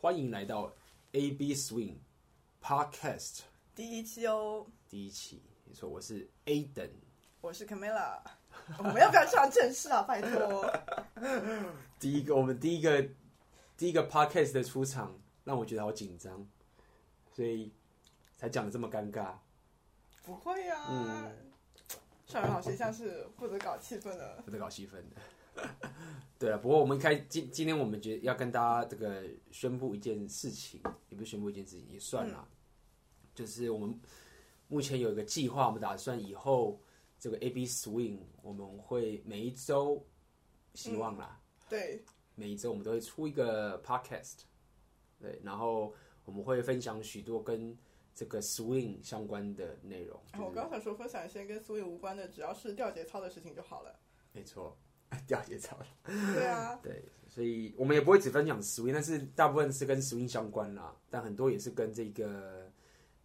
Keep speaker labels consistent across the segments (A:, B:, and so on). A: 欢迎来到 AB Swing Podcast
B: 第一期哦，
A: 第一期。没错，我是 A 等。
B: 我是 Camilla，我们要不要唱正式啊？拜托，
A: 第一个，我们第一个第一个 Podcast 的出场让我觉得好紧张，所以才讲的这么尴尬。
B: 不会啊。
A: 嗯
B: 邵元老师像是负责搞气氛的，
A: 不得搞细分的。 对啊，不过我们开今今天我们觉得要跟大家这个宣布一件事情，也不是宣布一件事情，也算啦，就是我们目前有一个计划，我们打算以后这个 AB Swing 我们会每一周，希望啦，
B: 对，
A: 每一周我们都会出一个 podcast，对，然后我们会分享许多跟这个 swing 相关的内容。
B: 然后我刚才说分享一些跟苏影无关的，只要是调节操的事情就好了。
A: 没错， 掉节操。
B: 对啊，
A: 对，所以我们也不会只分享 swing，但是大部分是跟 swing 相关啦，但很多也是跟这个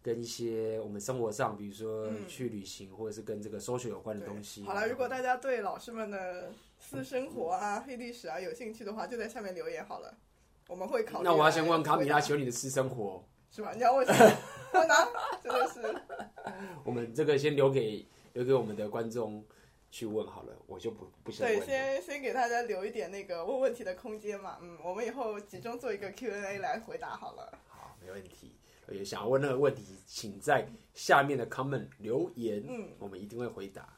A: 跟一些我们生活上，比如说去旅行，或者是跟这个 social 有关的
B: 嗯对
A: 嗯东西。啊
B: 好了，如果大家对老师们的私生活 啊、黑历史啊有兴趣的话，就在下面留言好了，我们会考虑。
A: 那我要先问卡米拉，，求你的私生活，
B: 是吧？你要问什么？ 问啊，真的是
A: 我们这个先留给留给我们的观众去问好了，我就不不先问
B: 对，
A: 了。
B: 先先给大家留一点那个问问题的空间嘛。嗯，我们以后集中做一个 Q&A 来回答好了。
A: 好，没问题。有想要问任何问题，请在下面的 comment 留言，
B: 嗯，
A: 我们一定会回答。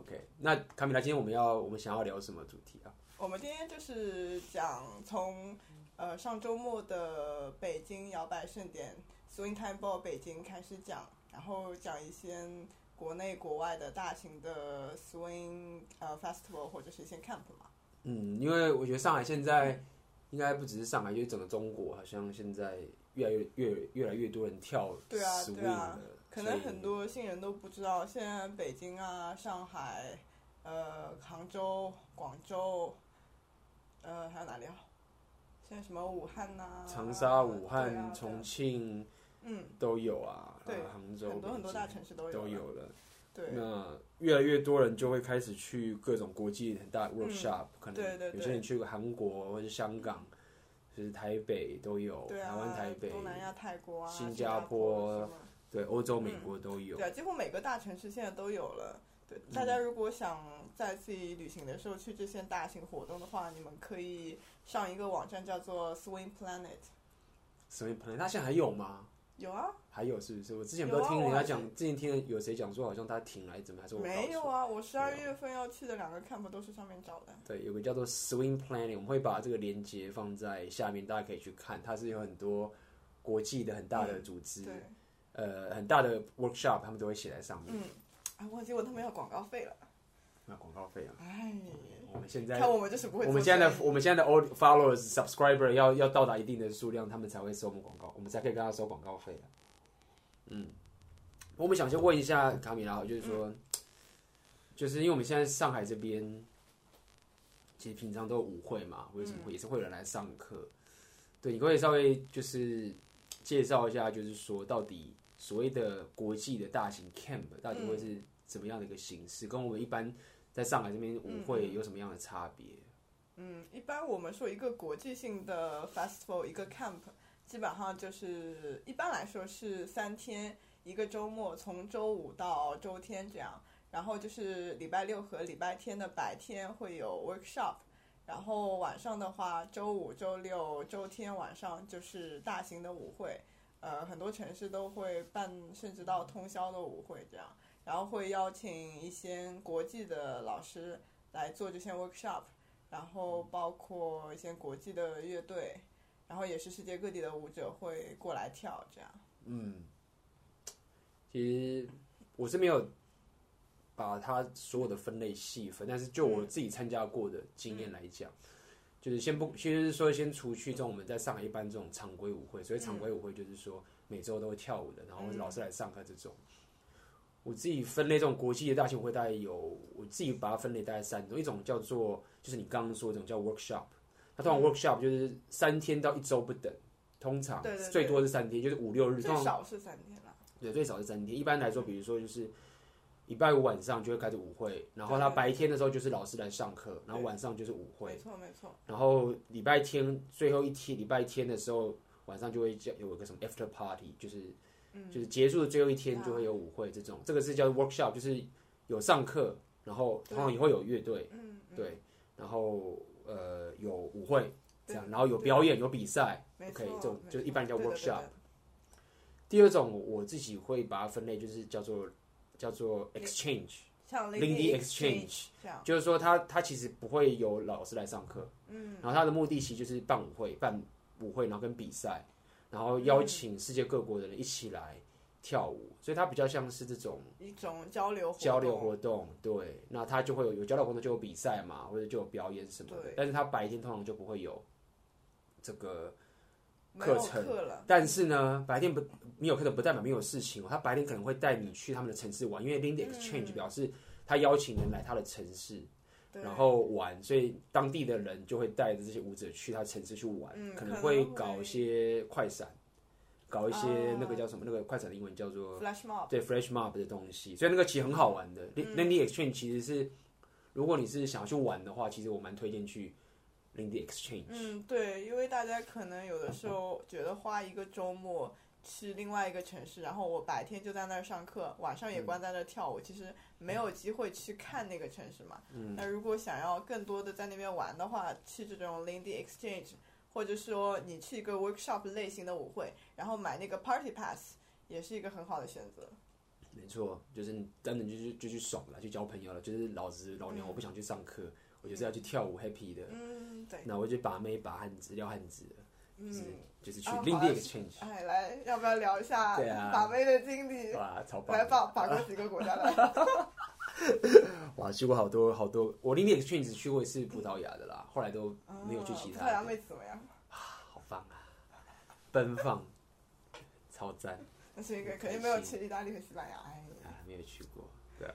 A: OK，那卡米拉，今天我们要我们想要聊什么主题啊？
B: 我们今天就是讲从呃上周末的北京摇摆盛典 Swing Time Ball 北京开始讲，然后讲一些国内国外的大型的 Swing 呃 Festival 或者是一些 camp 嘛。
A: 嗯，因为我觉得上海现在应该不只是上海，就是整个中国，好像现在越来越越越来越多人跳
B: 对啊
A: swing
B: 对啊
A: 了，
B: 可能
A: 所以
B: 很多新人都不知道，现在北京啊、上海、呃、杭州、广州，呃，还有哪里啊？现在什么武汉呐、
A: 长沙、武
B: 对啊
A: 汉、
B: 对啊
A: 重庆
B: 嗯，
A: 都有啊，
B: 对
A: 啊杭州
B: 很多很多大
A: 北
B: 城市都
A: 京
B: 有
A: 都
B: 了
A: 有了。
B: 对。
A: 那越来越多人就会开始去各种国际很大的 workshop，、可
B: 嗯对对
A: 能有
B: 对
A: 些人去过韩国或者香港，就是台北都有，
B: 对啊，
A: 台湾、台北，
B: 东南亚、泰国啊、
A: 新
B: 新
A: 加坡
B: 坡什么
A: 对，欧洲、美国都有。嗯
B: 对啊，几乎每个大城市现在都有了。对，大家如果想在自己旅行的时候去这些大型活动的话，你们可以上一个网站叫做 Swing Planet，
A: 什么朋友？他现在还有吗？
B: 有啊，
A: 还有是不是？我之前不
B: 有啊
A: 是听人
B: 我
A: 家
B: 还
A: 讲，
B: 是
A: 之前听有谁讲说好像他停来怎么，还是我搞
B: 没有
A: 错？
B: 啊？我十二
A: 没
B: 月份要去的两个 camp 都是上面找的。
A: 对，有个叫做 Swing Planning，我们会把这个链接放在下面，大家可以去看。它是有很多国际的很大的组织，
B: 嗯对，
A: 呃，很大的 workshop，他们都会写在上面。
B: 嗯，啊，忘记问他们要广告费了，
A: 那广告费啊，
B: 哎，
A: 我们现在
B: 看我们就是不会
A: 我
B: 做生意。
A: 们现在的我们现在的 old followers subscriber 要要到达一定的数量，他们才会收我们广告，我们才可以跟他收广告费啊嗯，我们想先问一下卡米拉，就是说，就是因为我们现在上海这边，其实平常都有舞会嘛，或者什
B: 嗯
A: 么会、也是会有人来上课。对，你可以稍微就是介绍一下，就是说到底所谓的国际的大型 camp 到底会
B: 嗯
A: 是怎么样的一个形式，跟我们一般在上海这边舞会有什么样的差别？
B: 嗯，一般我们说一个国际性的 festival，一个 camp，基本上就是一般来说是三天，一个周末，从周五到周天这样。然后就是礼拜六和礼拜天的白天会有 workshop，然后晚上的话，周五、周六、周天晚上就是大型的舞会，呃，很多城市都会办，甚至到通宵的舞会这样。然后会邀请一些国际的老师来做这些 workshop。然后包括一些国际的乐队，然后也是世界各地的舞者会过来跳这样。
A: 嗯，其实我是没有把它所有的分类细分，但是就
B: 嗯
A: 我自己参加过的经验来讲，就是先不，先是说先除去这种我们在上海一般这种常规舞会，所以常规舞会就是说
B: 嗯
A: 每周都会跳舞的，然后或者老师来上课这种。我自己分类这种国际的大型舞会，大概有我自己把它分类大概三种，一种叫做就是你刚刚说的这种叫 workshop，它通
B: 嗯
A: 常 workshop 就是三天到一周不等，通常
B: 对对对
A: 最多是三天，就是五六日，
B: 最
A: 通常
B: 少是三天啦。
A: 对，最少是三天。一般来说，比如说就是礼拜五晚上就会开始舞会，然后他
B: 对
A: 白天的时候就是老师来上课，然后
B: 对
A: 晚上就是舞会，
B: 没错没错，
A: 然后礼拜天最后一天，礼拜天的时候晚上就会叫有一个什么 after party，就是
B: 嗯
A: 就是结束的最后一天
B: 啊
A: 就会有舞会这种，这个是叫 workshop，就是有上课，然后
B: 对
A: 通常也会有乐队，
B: 嗯，嗯，
A: 对，然后呃有舞会这样，
B: 对
A: 然后有
B: 对
A: 表演有比赛。
B: 没错
A: OK，这种
B: 没
A: 就是
B: 错
A: 一般叫
B: 对的对
A: workshop
B: 的
A: 第二种我自己会把它分类，就是叫做叫做 exchange，
B: 像
A: Lindy
B: Lindy
A: Exchange
B: 这样，
A: 就是说他他其实不会有老师来上课，
B: 嗯，
A: 然后他的目的其实就是办舞会，办舞会然后跟比赛，然后邀请世界各国的人一起来跳舞，所以它比较像是这种
B: 一种交流活
A: 交流
B: 动
A: 活动。对，那他就会有有交流活动就有比赛嘛，或者就有表演什么的
B: 对，
A: 但是他白天通常就不会有这个
B: 没
A: 课
B: 有
A: 程
B: 课了，
A: 但是呢，白天不没有课程不代表没有事情、哦，他白天可能会带你去他们的城市玩，因为 Lindy
B: 嗯
A: Exchange 表示他邀请人来他的城市，
B: 对
A: 然后玩，所以当地的人就会带着这些舞者去他城市去玩，
B: 嗯
A: 可
B: 可能
A: 会
B: 会
A: 搞一些快闪，搞一些
B: 啊
A: 那个叫什么、那个快闪的英文叫做
B: flash mob
A: 对 Flash Mob 的东西，所以那个其实很好玩的。
B: 嗯
A: Lindy Exchange 其实是，如果你是想要去玩的话，其实我蛮推荐去 Lindy Exchange。
B: 嗯，对，因为大家可能有的时候觉得花一个周末去另外一个城市，然后我白天就在那儿上课，晚上
A: 嗯
B: 也关在那儿跳舞，其实没有机会去看那个城市嘛。
A: 嗯
B: 那如果想要更多的在那边玩的话，去这种 Lindy Exchange，或者说你去一个 workshop 类型的舞会，然后买那个 party pass，也是一个很好的选择。
A: 没错，就是你单纯就去就去爽了，去交朋友了。就是老子老娘
B: 嗯
A: 我不想去上课，我就是要去跳舞 happy 的。
B: 嗯，对，
A: 那我就把妹把汉子撩汉子的，就是、
B: 嗯。
A: 就是去
B: 啊
A: Lindy Exchange，、
B: 哎，来，要不要聊一下
A: 对啊
B: 把妹的经历？
A: 哇，超棒
B: 来
A: 的！
B: 把把过几个国家来？
A: 哇，去过好多好多，我 Lindy Exchange 只去过一次葡萄牙的啦，后来都没有去其
B: 啊葡萄
A: 他
B: 牙
A: 的。
B: 妹子怎么样？
A: 好棒啊，奔放，超赞。
B: 那是一个
A: 很
B: 肯定
A: 开
B: 没有
A: 心
B: 去意大利和西班牙。哎，
A: 啊，没有去过。对啊，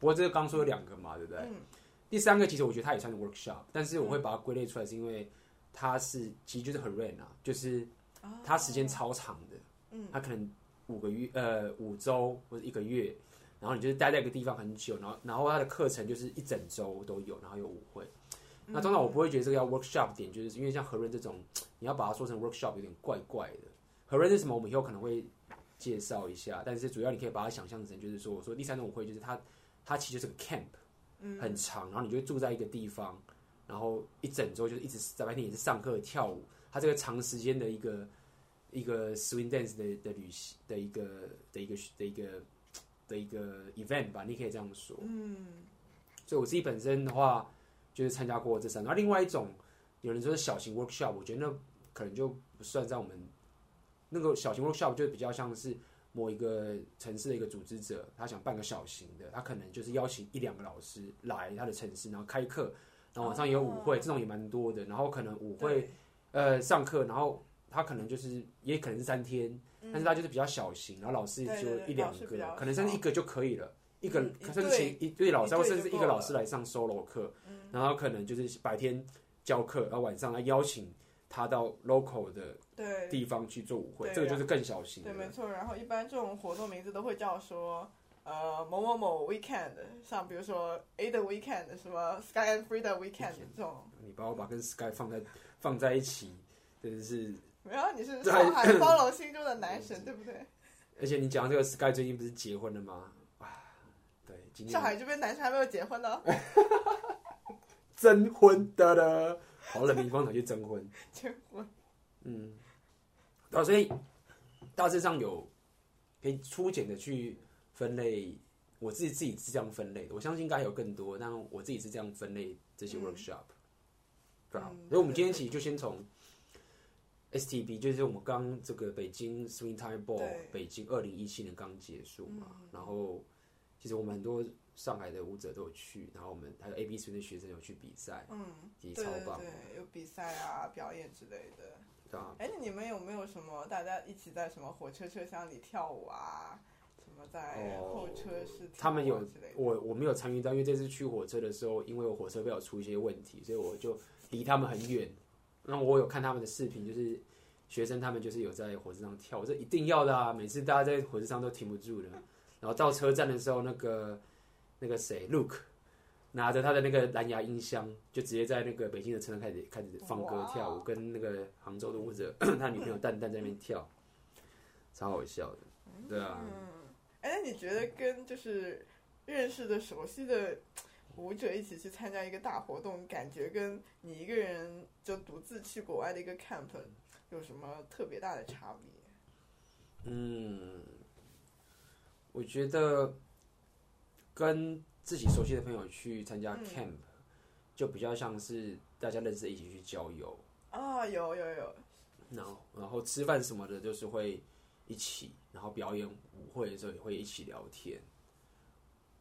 A: 不过这个刚说有两个嘛，对不对？
B: 嗯
A: 第三个其实我觉得它也算是 workshop，但是我会把它归类出来，是因为它是其实就是很 rain 啊，就是
B: 啊
A: 它时间超长的，
B: 嗯
A: 它可能五个月呃五周或者一个月，然后你就是待在一个地方很久，然后然后它的课程就是一整周都有，然后有舞会。那通常我不会觉得这个叫 workshop 点，就是因为像何润这种，你要把它说成 workshop 有点怪怪的。何润是什么？我们以后可能会介绍一下，但是主要你可以把它想象成，就是说，我说第三种舞会就是它，它其实就是个 camp，
B: 嗯
A: 很长，然后你就住在一个地方，然后一整周就是一直在白天也是上课跳舞，它这个长时间的一个一个 swing dance 的的旅行的一个的一个的一个的一个 event 吧，你可以这样说。
B: 嗯
A: 所以我自己本身的话，就是参加过这三种。而另外一种，有人说是小型 workshop，我觉得那可能就不算在我们那个小型 workshop，就比较像是某一个城市的一个组织者，他想办个小型的，他可能就是邀请一两个老师来他的城市，然后开课，然后晚上也有舞会，
B: 哦
A: 这种也蛮多的。然后可能舞会
B: 对
A: 呃上课，然后他可能就是也可能是三天，
B: 嗯
A: 但是他就是比较小型，然后老师
B: 对
A: 就
B: 对对
A: 一两
B: 老师比
A: 个
B: 较，
A: 可能甚至
B: 少
A: 一个就可以了。一个
B: 嗯一
A: 甚至请一对老师，
B: 一
A: 或
B: 对
A: 甚至
B: 就
A: 一
B: 够
A: 个老
B: 了
A: 师来上 solo 课，
B: 嗯
A: 然后可能就是白天教课，然后晚上来邀请他到 local 的
B: 对
A: 地方去做舞会，
B: 对啊
A: 这个就是更小型的
B: 对，。没错。然后一般这种活动名字都会叫说。呃，某某某 weekend，像比如说 A 的 weekend，什么 Sky and Free 的 weekend 这种，
A: 你把我把跟 Sky 放在放在一起，真的是，
B: 然后你是
A: 对
B: 上海包容心中的 男神，对不对？
A: 而且你讲到这个 Sky 最近不是结婚了吗？啊，对，今
B: 上
A: 天
B: 海这边男神还没有结婚呢，
A: 征婚的了，跑到人民广场去征婚。
B: 结婚。
A: 嗯，对啊，所以大致上有可以粗浅的去分类，我自己自己是这样分类的，我相信应该还有更多，但我自己是这样分类这些
B: 嗯
A: workshop，、对啊
B: 嗯，
A: 所以我们今天其实就先从 STB，就是我们刚这个北京 Springtime Ball，
B: 对
A: 北京二零一七年刚结束嘛，
B: 嗯
A: 然后其实我们很多上海的舞者都有去，然后我们还有 AB 孙的学生有去比赛，
B: 嗯，
A: 也
B: 对
A: 超
B: 对
A: 棒的
B: 对，有比赛啊、表演之类的。
A: 对啊，
B: 哎，你们有没有什么大家一起在什么火车车厢里跳舞啊？什么在
A: 哦
B: 候车室、啊
A: 他们有
B: 之类的？
A: 我我没有参与到，因为这次去火车的时候，因为我火车票有出一些问题，所以我就离他们很远。那我有看他们的视频，就是学生他们就是有在火车上跳，这一定要的啊！每次大家在火车上都停不住的。然后到车站的时候，那个那个谁 Luke 拿着他的那个蓝牙音箱，就直接在那个北京的车上开始开始放歌
B: 哇
A: 跳舞，跟那个杭州的舞者 他女朋友蛋蛋在那边跳，超好笑的。对啊，
B: 嗯，哎，那你觉得跟就是认识的熟悉的舞者一起去参加一个大活动，感觉跟你一个人就独自去国外的一个 camp 有什么特别大的差别？
A: 嗯，我觉得跟自己熟悉的朋友去参加
B: 嗯
A: camp，、就比较像是大家认识一起去郊游，
B: 啊，有有有，
A: 然后然后吃饭什么的，就是会一起，然后表演舞会的时候也会一起聊天，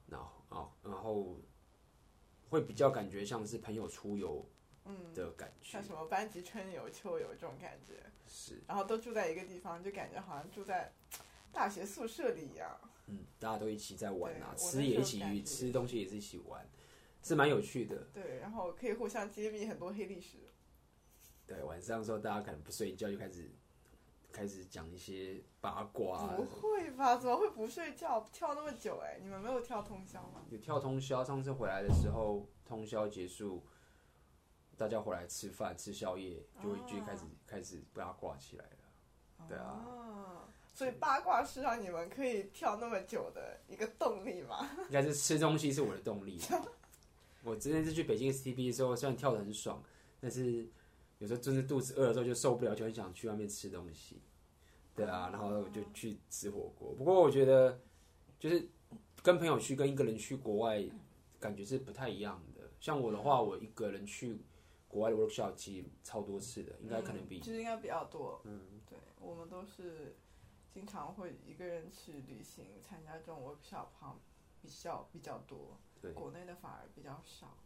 A: 然后然后然后会比较感觉像是朋友出游
B: 嗯，
A: 的感觉
B: 像，什么班级春游、秋游这种感觉，
A: 是
B: 然后都住在一个地方，就感觉好像住在大学宿舍里一样。
A: 嗯，大家都一起在玩啊，
B: 对我
A: 吃
B: 那
A: 也
B: 时
A: 一
B: 候
A: 起
B: 感觉嗯
A: 吃东西也是一起玩，是蛮有趣的。
B: 对，然后可以互相揭秘很多黑历史。
A: 对，晚上的时候大家可能不睡觉就开始开始讲一些八卦啊，
B: 不会吧？怎么会不睡觉？跳那么久哎，你们没有跳通宵吗？
A: 有跳通宵。上次回来的时候，通宵结束，大家回来吃饭吃宵夜，就会就开始、开始八卦起来了。对啊
B: 啊，所以八卦是让你们可以跳那么久的一个动力嘛？
A: 应该是吃东西是我的动力吧。我之前是去北京 STB 的时候，虽然跳的很爽，但是有时候真的肚子饿的时候就受不了，就很想去外面吃东西。对啊，然后我就去吃火锅。不过我觉得，就是跟朋友去跟一个人去国外，感觉是不太一样的。像我的话，我一个人去国外的 workshop 其实超多次的，应该可能比
B: 嗯就是应该比较多。嗯，对，我们都是经常会一个人去旅行，参加这种 workshop 好像比较比较多，
A: 对。
B: 国内的反而比较少。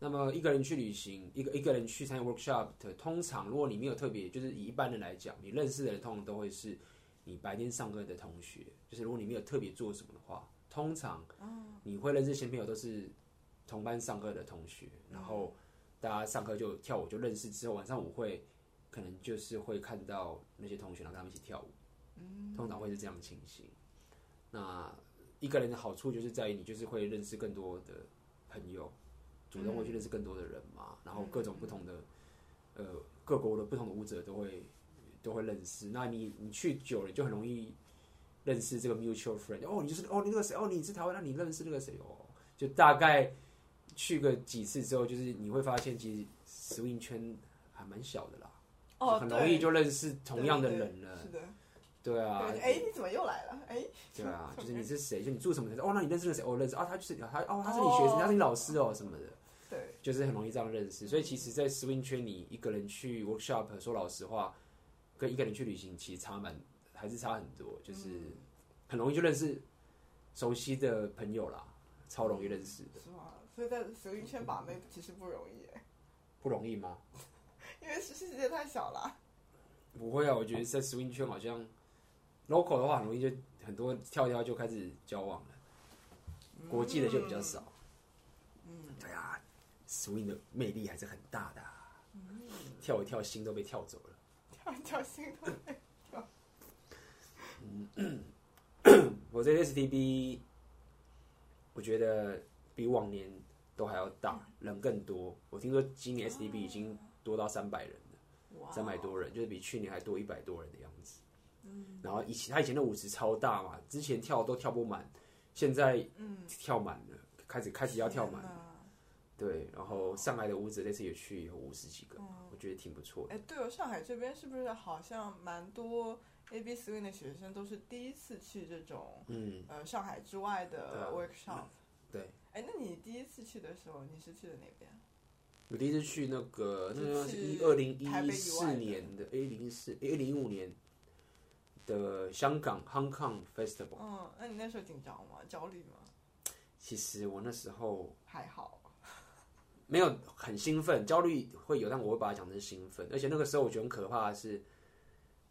A: 那么一个人去旅行，一个一个人去参加 workshop 的，通常如果你没有特别，就是以一般人来讲，你认识的人通常都会是你白天上课的同学，就是如果你没有特别做什么的话，通常你会认识新朋友都是同班上课的同学，然后大家上课就跳舞就认识之后，晚上舞会可能就是会看到那些同学，然后跟他们一起跳舞，通常会是这样的情形。那一个人的好处就是在于你就是会认识更多的朋友，主动会去认识更多的人嘛，
B: 嗯
A: 然后各种不同的呃各国的不同的舞者都会都会认识。那你你去久了就很容易认识这个 mutual friend。哦，你就是哦你那个谁哦你是台湾，那你认识那个谁哦，就大概去个几次之后，就是你会发现其实 swing 圈还蛮小的啦，
B: 哦，
A: 很
B: 对
A: 容易就认识同样的
B: 对对
A: 人了。
B: 是的，
A: 对啊，
B: 对哎，你怎么又来了？哎，
A: 对啊，就是你是谁，就你住什么城市，哦，那你认识了谁？哦，认识啊，他就是他，哦，他是你学生，
B: 哦
A: 他是你老师哦，什么的，
B: 对，
A: 就是很容易这样认识。所以其实，在 swing 圈，你一个人去 workshop，说老实话，跟一个人去旅行其实差蛮，还是差很多，就是很容易就认识熟悉的朋友啦，超容易认识的，
B: 是吗？所以在熟运圈把妹其实不容易， 哎
A: 不容易吗？
B: 因为世界太小了。
A: 不会啊，我觉得在 swing 圈好像 local 的话，很容易就很多跳一跳就开始交往了，国际的就比较少。嗯，对啊，swing 的魅力还是很大的啊、跳一跳心都被跳走了。
B: 跳一跳心都没
A: 我这 STB，我觉得比往年都还要大，
B: 嗯
A: 人更多。我听说今年 STB 已经多到三百人了。
B: 哇
A: 三百多人，就是比去年还多一百多人的样子。嗯，然后以前他以前的舞池超大嘛，之前跳都跳不满，现在
B: 嗯
A: 跳满了，开始开始要跳满
B: 天
A: 了。
B: 哪
A: 对，然后上海的舞者这次也去有五十几个，我觉得挺不错的。
B: 哦哎，对哦，上海这边是不是好像蛮多 A B Swing 的学生都是第一次去这种
A: 嗯，
B: 呃上海之外
A: 对啊
B: 的 workshop？
A: 对，
B: 哎，那你第一次去的时候，你是去的哪边？
A: 我第一次去那个那个是
B: 是
A: 一二零
B: 台
A: 一
B: 北以外
A: 四
B: 的
A: 年的，一零一四一零一五年的香港 Hong Kong Festival。
B: 嗯，那你那时候紧张吗？焦虑吗？
A: 其实我那时候
B: 还好，
A: 没有很兴奋，焦虑会有，但我会把它讲成兴奋。而且那个时候我觉得很可怕的是，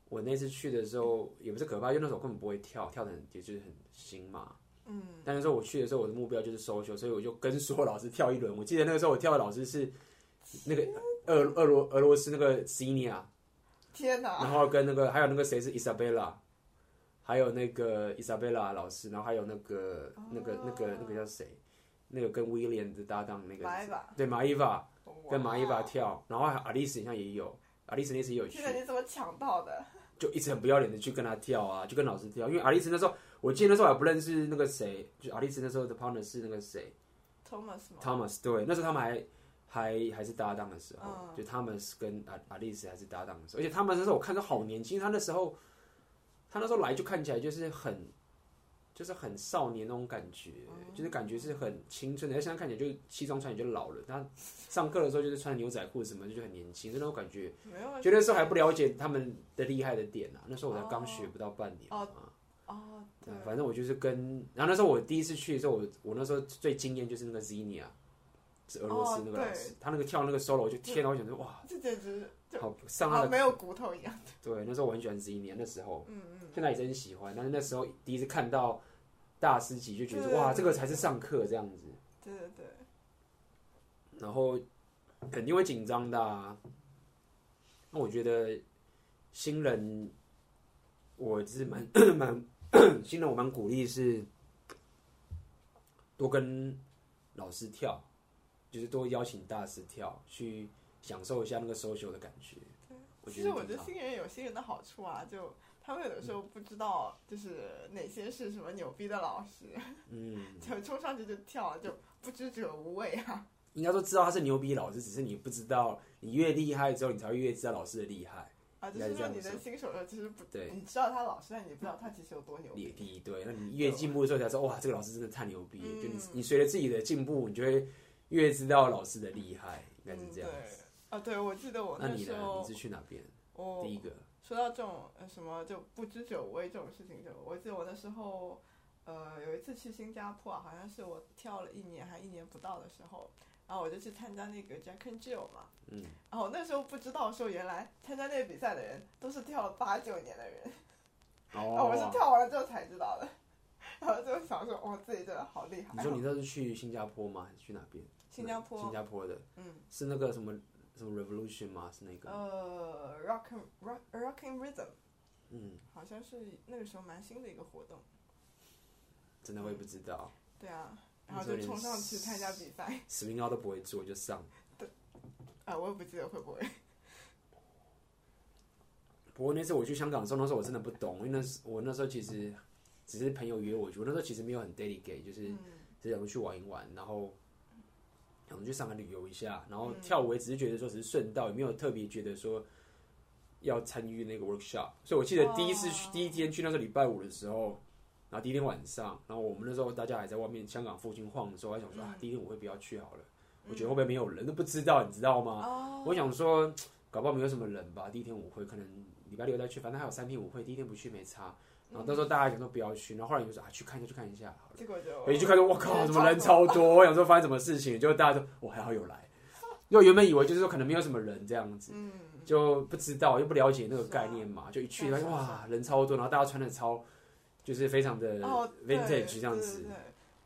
A: 我那次去的时候也不是可怕，因为那时候我根本不会跳，跳的很也就是很新嘛。
B: 嗯，
A: 但那时候我去的时候，我的目标就是 social，所以我就跟所有老师跳一轮。我记得那个时候我跳的老师是那个俄俄罗俄罗斯那个 Senia，
B: 天哪，
A: 然后跟那个还有那个谁是 Isabella，还有那个 Isabella 老师，然后还有那个那个那个那个叫谁，那个跟威廉的搭档那个
B: 马伊娃
A: 对马伊娃跟马伊娃
B: 哇
A: 跳，然后阿丽丝好像也有，阿丽丝那次也有去
B: 天，哪，你怎么抢到的？
A: 就一直很不要脸的去跟他跳啊，就跟老师跳，因为阿丽丝那时候我记得那时候还不认识那个谁，就阿丽丝那时候的 partner 是那个谁
B: Thomas 吗？
A: Thomas，对，那时候他们还还还是搭档的时候，
B: 嗯
A: 就 Thomas 跟阿阿丽丝还是搭档的时候，而且他们那时候我看着好年轻，他那时候他那时候来就看起来就是很就是很少年那种感觉，
B: 嗯
A: 就是感觉是很青春的，而且现在看起来就是西装穿也就老了，他上课的时候就是穿牛仔裤什么的就很年轻，就那种感觉。
B: 没有，啊
A: 就那时候还不了解他们的厉害的点啊，那时候我才刚学不到半年嘛
B: 哦哦，对
A: 对，啊反正我就是跟，然后那时候我第一次去的时候，我我那时候最惊艳就是那个 Zinia，是俄罗斯那个
B: 哦
A: 老师，他那个跳那个 solo，我就天哪，我想说哇，
B: 这 简直就
A: 好上他
B: 好
A: 的
B: 没有骨头一样。
A: 对，那时候我很喜欢 Zinia，那时候
B: 嗯嗯，
A: 现在也真喜欢，但是那时候第一次看到大师级就觉得
B: 对
A: 哇，
B: 对
A: 这个才是上课这样子，
B: 对对对，
A: 然后肯定会紧张的、啊。那我觉得新人，我是蛮 蛮新人，我蛮鼓励是多跟老师跳，就是多邀请大师跳，去享受一下那个 social 的感觉。我
B: 其
A: 觉
B: 实
A: 得
B: 我觉
A: 挺
B: 得
A: 好。
B: 新人有新人的好处啊，就他们有的
A: 嗯
B: 时候不知道就是哪些是什么牛逼的老师，
A: 嗯，
B: 就冲上去就跳，就不知者无畏 啊。
A: 应该说知道他是牛逼老师，只是你不知道，你越厉害之后，你才会越知道老师的厉害。
B: 啊，
A: 应
B: 就
A: 该
B: 是
A: 这
B: 说
A: 样
B: 你的
A: 说
B: 新手的时候其实不，
A: 对
B: 你知道他老师，但你不知道他其实有多牛
A: 也
B: 逼。
A: 第一对，那你越进步的时候才知道，哇，这个老师真的太牛逼了。
B: 嗯
A: 就你你随着自己的进步，你就会越知道老师的厉害，应该是
B: 嗯，
A: 这
B: 对
A: 样子。。
B: 啊，对，我记得我
A: 那你
B: 时
A: 呢？
B: 候哦
A: 你是去哪边？
B: 我
A: 第一个，
B: 说到这种呃什么就不知者无畏这种事情，就我记得我那时候，呃，有一次去新加坡啊，好像是我跳了一年还一年不到的时候，然后我就去参加那个 Jack and Jill 嘛，
A: 嗯，
B: 然后我那时候不知道说原来参加那个比赛的人都是跳了八九年的人，然后我是
A: 哦，
B: 跳完了之后才知道的， 然后就想说我、哦、自己真的好厉害。啊
A: 你说你那是去新加坡吗？还是去哪边？
B: 新加
A: 新
B: 坡，
A: 加坡的，
B: 嗯，
A: 是那个什么什么 Revolution 吗？是那个，
B: 呃，Rock and Rock Rocking Rhythm
A: 嗯，
B: 好像是那个时候蛮新的一个活动。
A: 真的我也不知道，
B: 对啊，
A: 你
B: 然后
A: 说
B: 就
A: 你
B: 冲上去参加比赛。
A: 死命高都不会做就上。
B: 啊，我也不记得会不会。
A: 不过那次我去香港的时候，那时候我真的不懂，因为那时我那时候其实只是朋友约我去，我那时候其实没有很 dedicate，就是
B: 嗯
A: 只是想去玩一玩，然后想去上海旅游一下，然后跳舞也只是觉得说只是顺道，也没有特别觉得说要参与那个 workshop。所以我记得第一次去、
B: 哦
A: 第一天去那时候礼拜五的时候，然后第一天晚上，然后我们那时候大家还在外面香港附近晃的时候，我还想说、啊，第一天我会不要去好了，我觉得会不会没有人都不知道，你知道吗？
B: 嗯哦，
A: 我想说，搞不好没有什么人吧。第一天舞会可能礼拜六再去，反正还有三天舞会，第一天不去没差。然后到时候大家想说不要去，然后后来你就说啊去看一下去看一下好了。
B: 结果就
A: 我一去看说，我靠，怎么人超多？我想说发生什么事情，就大家说我还好有来。因为原本以为就是说可能没有什么人这样子，
B: 嗯，
A: 就不知道又不了解那个概念嘛，就一去
B: 是啊
A: 发现哇人超多，然后大家穿的超就是非常的
B: 哦
A: 呃 vintage 这样
B: 对
A: 子
B: 对，对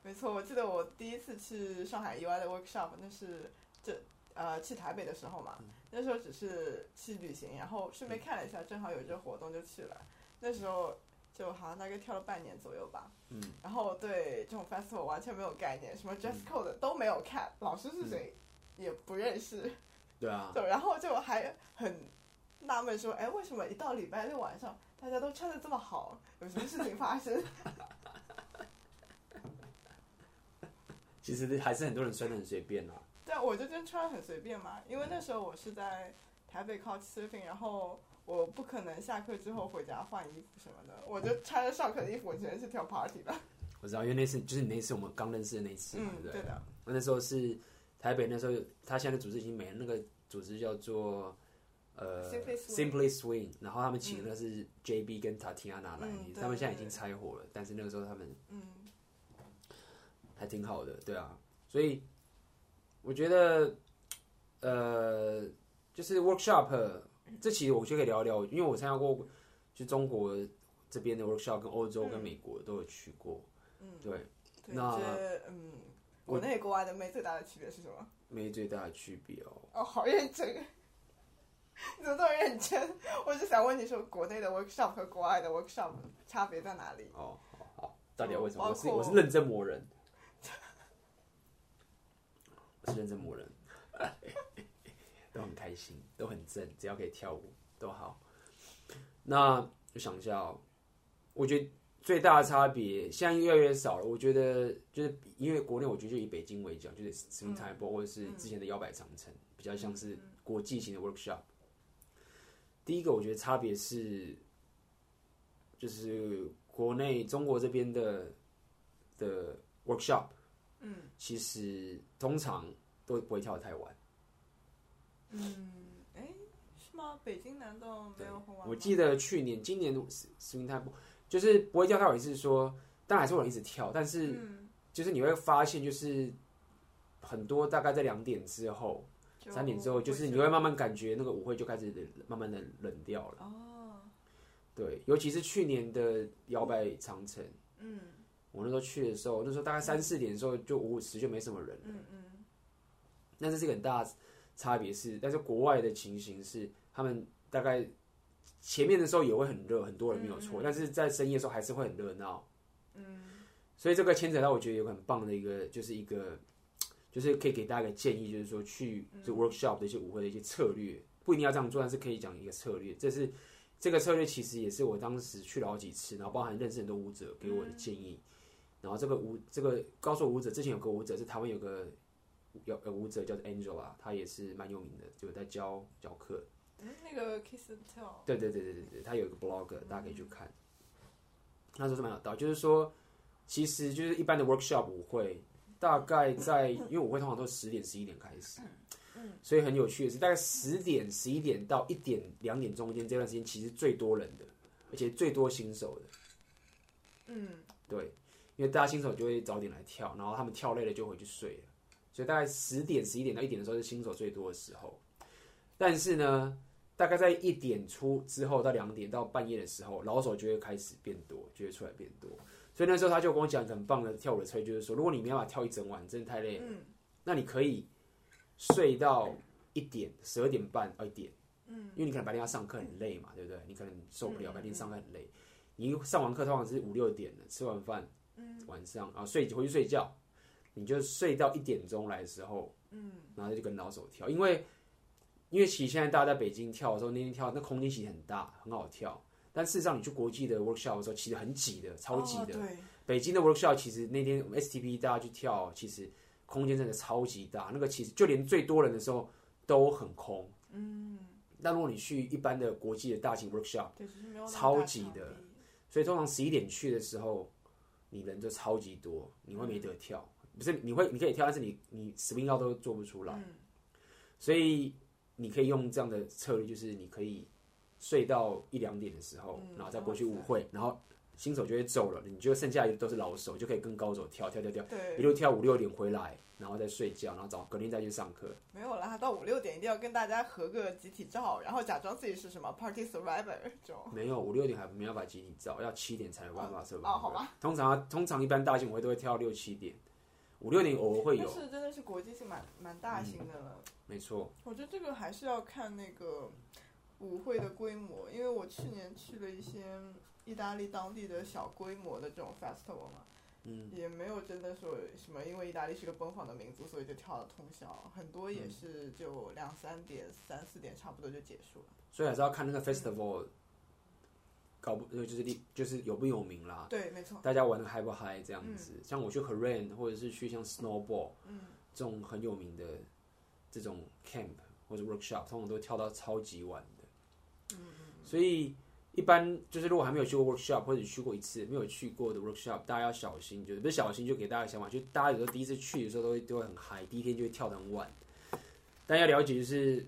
B: 没错，我记得我第一次去上海 UI 的 workshop，那是这呃去台北的时候嘛，
A: 嗯
B: 那时候只是去旅行，然后顺便看了一下，正好有这个活动就去了。那时候就好像大概跳了半年左右吧，
A: 嗯，
B: 然后对这种 festival 完全没有概念，什么 dress code 的都没有看，老师
A: 嗯
B: 是谁也不认识，
A: 对啊，
B: 对，然后就还很纳闷说，哎，为什么一到礼拜六晚上大家都穿的这么好，有什么事情发生？
A: 其实还是很多人穿的很随便啊啦。
B: 但我就真穿得很随便嘛，因为那时候我是在台北 couch surfing，然后我不可能下课之后回家换衣服什么的，我就穿着上课的衣服，我直接去跳 party 了。
A: 我知道，因为那次就是你那次我们刚认识的那次嘛，
B: 嗯，
A: 对不
B: 对
A: 对？
B: 的，
A: 那时候是台北，那时候他现在的组织已经没了，那个组织叫做呃
B: Simply Swing
A: Simply Swing，然后他们请的那个是 JB 跟 Tatiana 来，
B: 嗯对
A: 他们现在已
B: 对
A: 经拆伙了，但是那个时候他们
B: 嗯，
A: 还挺好的，对啊，所以我觉得呃，就是 workshop，这其实我就可以聊一聊，因为我参加过就中国这边的 workshop，跟欧洲跟
B: 嗯
A: 美国都有去过，
B: 嗯
A: 对，
B: 对，
A: 那
B: 这嗯，
A: 我
B: 国内国外的妹最大的区别是什么？
A: 没最大的区别哦。
B: 哦，好认真， 你怎么这么认真？我就想问你说，国内的 workshop 和国外的 workshop 差别在哪里？
A: 哦，好好，到底要为什么？
B: 包
A: 我
B: 括
A: 是我是认真磨人。 我是认真魔人， 都很开心，都很正，只要可以跳舞都好。那我想一下、哦，我觉得最大的差别现在越来越少了。我觉得就是因为国内，我觉得就以北京为讲，就是 Spring
B: 嗯
A: Time Ball 或者是之前的摇摆长城，比较像是国际型的 workshop。第一个，我觉得差别是，就是国内中国这边的的 workshop，嗯，其实通常都不会跳得太晚。
B: 嗯，哎，是吗？北京难道没有很晚吗？
A: 我记得去年、今年 swing time 就是不会跳太晚，是说，但还是有人一直跳，但是
B: 嗯
A: 就是你会发现，就是很多大概在两点之后、
B: 就
A: 三点之后，就是你会慢慢感觉那个舞会就开始慢慢的冷掉了。
B: 哦，
A: 对，尤其是去年的摇摆长城，
B: 嗯
A: 我那时候去的时候，那时候大概三四点的时候就五五十就没什么人了。
B: 嗯嗯，
A: 那这是个很大的差别是，但是国外的情形是，他们大概前面的时候也会很热，很多人没有错，
B: 嗯嗯
A: 但是在深夜的时候还是会很热闹，
B: 嗯
A: 所以这个牵扯到我觉得有个很棒的一个，就是一个，就是可以给大家一个建议，就是说去这 workshop 的一些舞会的一些策略，不一定要这样做，但是可以讲一个策略，这是。这个策略其实也是我当时去了好几次，然后包含认识很多舞者给我的建议。然后这个舞，这个告诉我舞者，之前有个舞者是台湾有个有有舞者叫做 Angela，她也是蛮有名的，就有在教教课。
B: 嗯，那个 Kiss and Tell，
A: 对对对对对对，她有一个 blog，大家可以去看。那时候是蛮有道理，就是说，其实就是一般的 workshop 舞会，大概在因为舞会通常都十点十一点开始，嗯，所以很有趣的是，大概十点十一点到一点两点中间这段时间，其实最多人的，而且最多新手的。
B: 嗯
A: 对，因为大家新手就会早点来跳，然后他们跳累了就回去睡了，所以大概十点、十一点到一点的时候是新手最多的时候。但是呢，大概在一点出之后到两点到半夜的时候，老手就会开始变多，就会出来变多。所以那时候他就跟我讲一个很棒的跳舞的策略，就是说，如果你没办法跳一整晚，真的太累了，
B: 嗯
A: 那你可以睡到一点、十二点半到一点。
B: 嗯
A: 因为你可能白天要上课很累嘛，对不对？你可能受不了，
B: 嗯
A: 白天上课很累。你一上完课通常是五六点了，吃完饭，
B: 嗯
A: 晚上啊睡回去睡觉，你就睡到一点钟来的时候，
B: 嗯
A: 然后就跟老手跳，因为因为其实现在大家在北京跳的时候，那天跳那空间其实很大，很好跳。但事实上，你去国际的 workshop 的时候，其实很挤的，超挤
B: 哦
A: 的。
B: 对，
A: 北京的 workshop 其实那天我们 STP 大家去跳，其实空间真的超级大，那个其实就连最多人的时候都很空。
B: 嗯
A: 但如果你去一般的国际的大型 workshop，
B: 对，只是没有那么
A: 超
B: 大
A: 级
B: 场
A: 的
B: 地，
A: 所以通常十一点去的时候，你人就超级多，你会没得跳，不是你会你可以跳，但是你你 swing out 都做不出来，
B: 嗯嗯
A: 所以你可以用这样的策略，就是你可以睡到一两点的时候，
B: 嗯
A: 然后再过去舞会，然后新手就会走了，你就剩下都是老手，就可以跟高手跳跳跳跳，一
B: 对，
A: 路跳五六点回来，然后再睡觉，然后早隔天再去上课。
B: 没有啦，到五六点一定要跟大家合个集体照，然后假装自己是什么 Party Survivor 这种，
A: 没有五六点还没办法集体照，要七点才有办法社
B: 哦好吧。
A: 通常啊通常一般大型舞会都会跳到六七点，五六点偶尔会
B: 但
A: 有，
B: 是真的是国际性蛮蛮大型的了。
A: 没错。
B: 我觉得这个还是要看那个舞会的规模，因为我去年去了一些意大利当地的小规模的这种 festival 嘛，
A: 嗯，
B: 也没有真的说什么，因为意大利是个奔放的民族，所以就跳了通宵，很多也是就两三点、三四点差不多就结束了。
A: 所以还是要看那个 festival 搞不就是地就是有不有名啦，
B: 对，没错，
A: 大家玩的嗨不嗨这样子。像我去 Haran 或者是去像 Snowball
B: 嗯
A: 这种很有名的这种 camp 或者 workshop，通常都跳到超级晚的。
B: 嗯嗯
A: 所以一般就是如果还没有去过 workshop 或者去过一次没有去过的 workshop，大家要小心，就是不是小心就给大家想法，就大家有时候第一次去的时候都会都会很嗨，第一天就会跳得很晚。但要了解就是，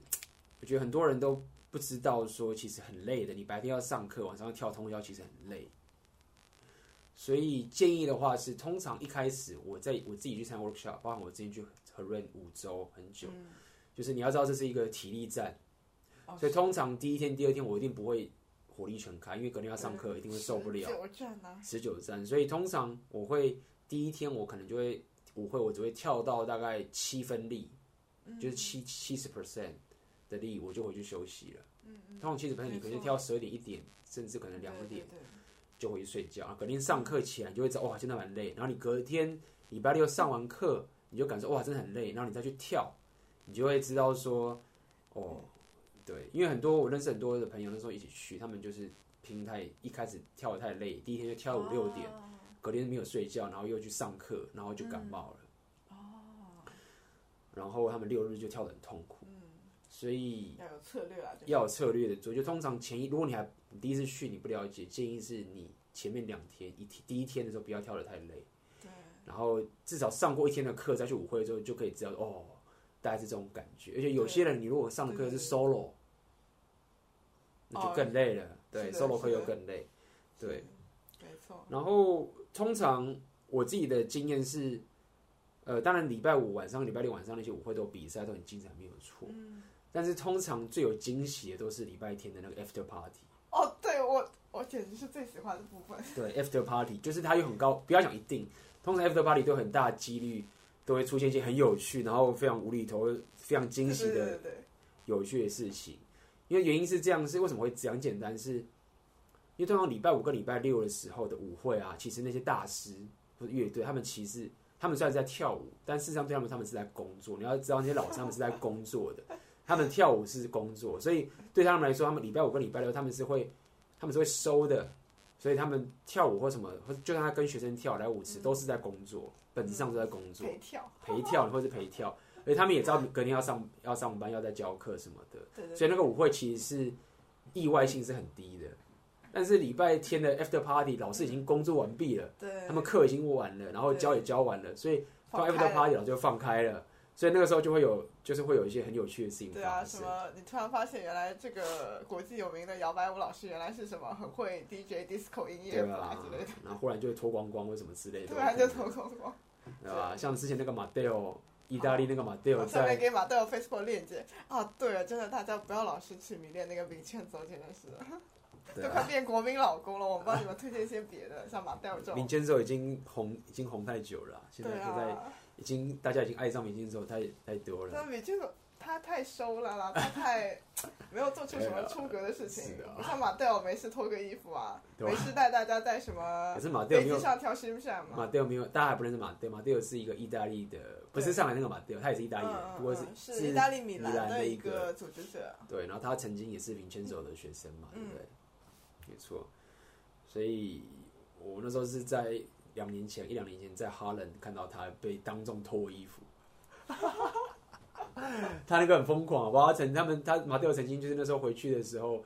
A: 我觉得很多人都不知道说其实很累的，你白天要上课，晚上要跳通宵，其实很累。所以建议的话是，通常一开始我在我自己去参加 workshop，包含我之前去 h e r a n 五周很久，
B: 嗯
A: 就是你要知道这是一个体力战。
B: 哦
A: 所以通常第一天、第二天我一定不会火力全开，因为隔天要上课，
B: 对
A: 一定会受不了
B: 十九站啊呐、
A: 持久战。所以通常我会第一天我可能就会舞会，我只会跳到大概七分力，
B: 嗯
A: 就是七七十 percent 的力，我就回去休息了。
B: 嗯
A: 通常七十 percent
B: 没
A: 你可能
B: 错
A: 跳十二点、一点，甚至可能两
B: 对
A: 点
B: 对对
A: 就啊回去睡觉。然后隔天上课起来，你就会知道哇，真的蛮累。然后你隔天礼拜六上完课，你就感受哇，真的很累，然后你再去跳，你就会知道说，哦，对，因为很多我认识很多的朋友那时候一起去，他们就是拼太一开始跳的太累，第一天就跳五六点，
B: 哦
A: 隔天没有睡觉，然后又去上课，然后就感冒了，
B: 哦，
A: 然后他们六日就跳得很痛苦，所以
B: 嗯要有策略啊，这
A: 要有策略的做。就通常前一，如果你还你第一次去你不了解，建议是你前面两天一天第一天的时候不要跳得太累，
B: 对，
A: 然后至少上过一天的课再去舞会之后就可以知道哦，大概是这种感觉。而且有些人你如果上的课是
B: 对对哦
A: solo，那就更累了。对
B: 是的
A: ，solo
B: 是
A: 课又
B: 的
A: 更累。对，
B: 是，没错，
A: 然后通常我自己的经验是，呃，当然礼拜五晚上、礼拜六晚上那些舞会都有比赛，都很精彩，没有错。
B: 嗯
A: 但是通常最有惊喜的都是礼拜天的那个 after party。
B: 哦，对我我简直是最喜欢的部分，
A: 对，after party 就是它有很高，不要讲一定，通常 after party 都有很大的几率都会出现一些很有趣，然后非常无厘头、非常惊喜
B: 对对
A: 的
B: 对对对，
A: 有趣的事情。因为原因是这样，是为什么会这样简单？是因为通常礼拜五跟礼拜六的时候的舞会啊，其实那些大师或者乐队，他们其实他们虽然在跳舞，但事实上对他们他们是在工作。你要知道那些老师他们是在工作的，他们跳舞是工作，所以对他们来说，他们礼拜五跟礼拜六他们是会他们是会收的，所以他们跳舞或什么，或就算他跟学生跳来舞池都是在工作，本质上都在工作。
B: 陪跳，
A: 陪 跳或是陪跳，而且他们也知道隔天要上要上班，要再教课什么的，
B: 对对
A: 所以那个舞会其实是意外性是很低的。但是礼拜天的 after party，老师已经工作完毕了，
B: 对，
A: 他们课已经完了，然后教也教完了，所以到
B: 放开
A: after
B: 了
A: party 老师就放开了，所以那个时候就会有就是会有一些很有趣的事情
B: 对啊，
A: 发
B: 什
A: 生。
B: 么？你突然发现原来这个国际有名的摇摆舞老师原来是什么很会 DJ disco 音乐
A: 对
B: 谱啊
A: 吧
B: 之类的，？
A: 然后忽然就会脱光光或什么之类的，
B: 突然就投空空。
A: 对吧？像之前那个马蒂奥，意大利那个马蒂奥
B: 我下面
A: 在
B: 给马队有 Facebook 链接啊！对了，真的大家不要老是去迷恋那个名圈走，简直是
A: 对
B: 都
A: 啊
B: 快变国民老公了。我帮你们推荐一些别的，像马队这
A: 民
B: 种。
A: 间手已经红，已经红太久了啊，现在
B: 对
A: 现在
B: 啊，
A: 已经大家已经爱上明星之后太太多了
B: 但。米俊他太收了啦，他 太没有做出什么出格的事情
A: 是的啊。
B: 像马队，我没事脱个衣服啊，
A: 对吧
B: 没事带大家在什么
A: 可是马蒂尔
B: 飞
A: 没
B: 机
A: 有
B: 上跳 s h i m s h a m
A: 马蒂尔没有，大家还不认识马蒂尔。马蒂尔是一个意大利的，不是上海那个马蒂尔，他也是意大利人，不过
B: 嗯嗯嗯
A: 是
B: 是意大利米
A: 兰
B: 兰
A: 的
B: 一
A: 个。
B: 组织者，
A: 对，然后他曾经也是林千手的学生嘛，对
B: 嗯
A: 不对？没错，所以我那时候是在两年前，一两年前在哈兰看到他被当众脱衣服。 他那个很疯狂，好不好？他曾他们他马蒂尔曾经就是那时候回去的时候，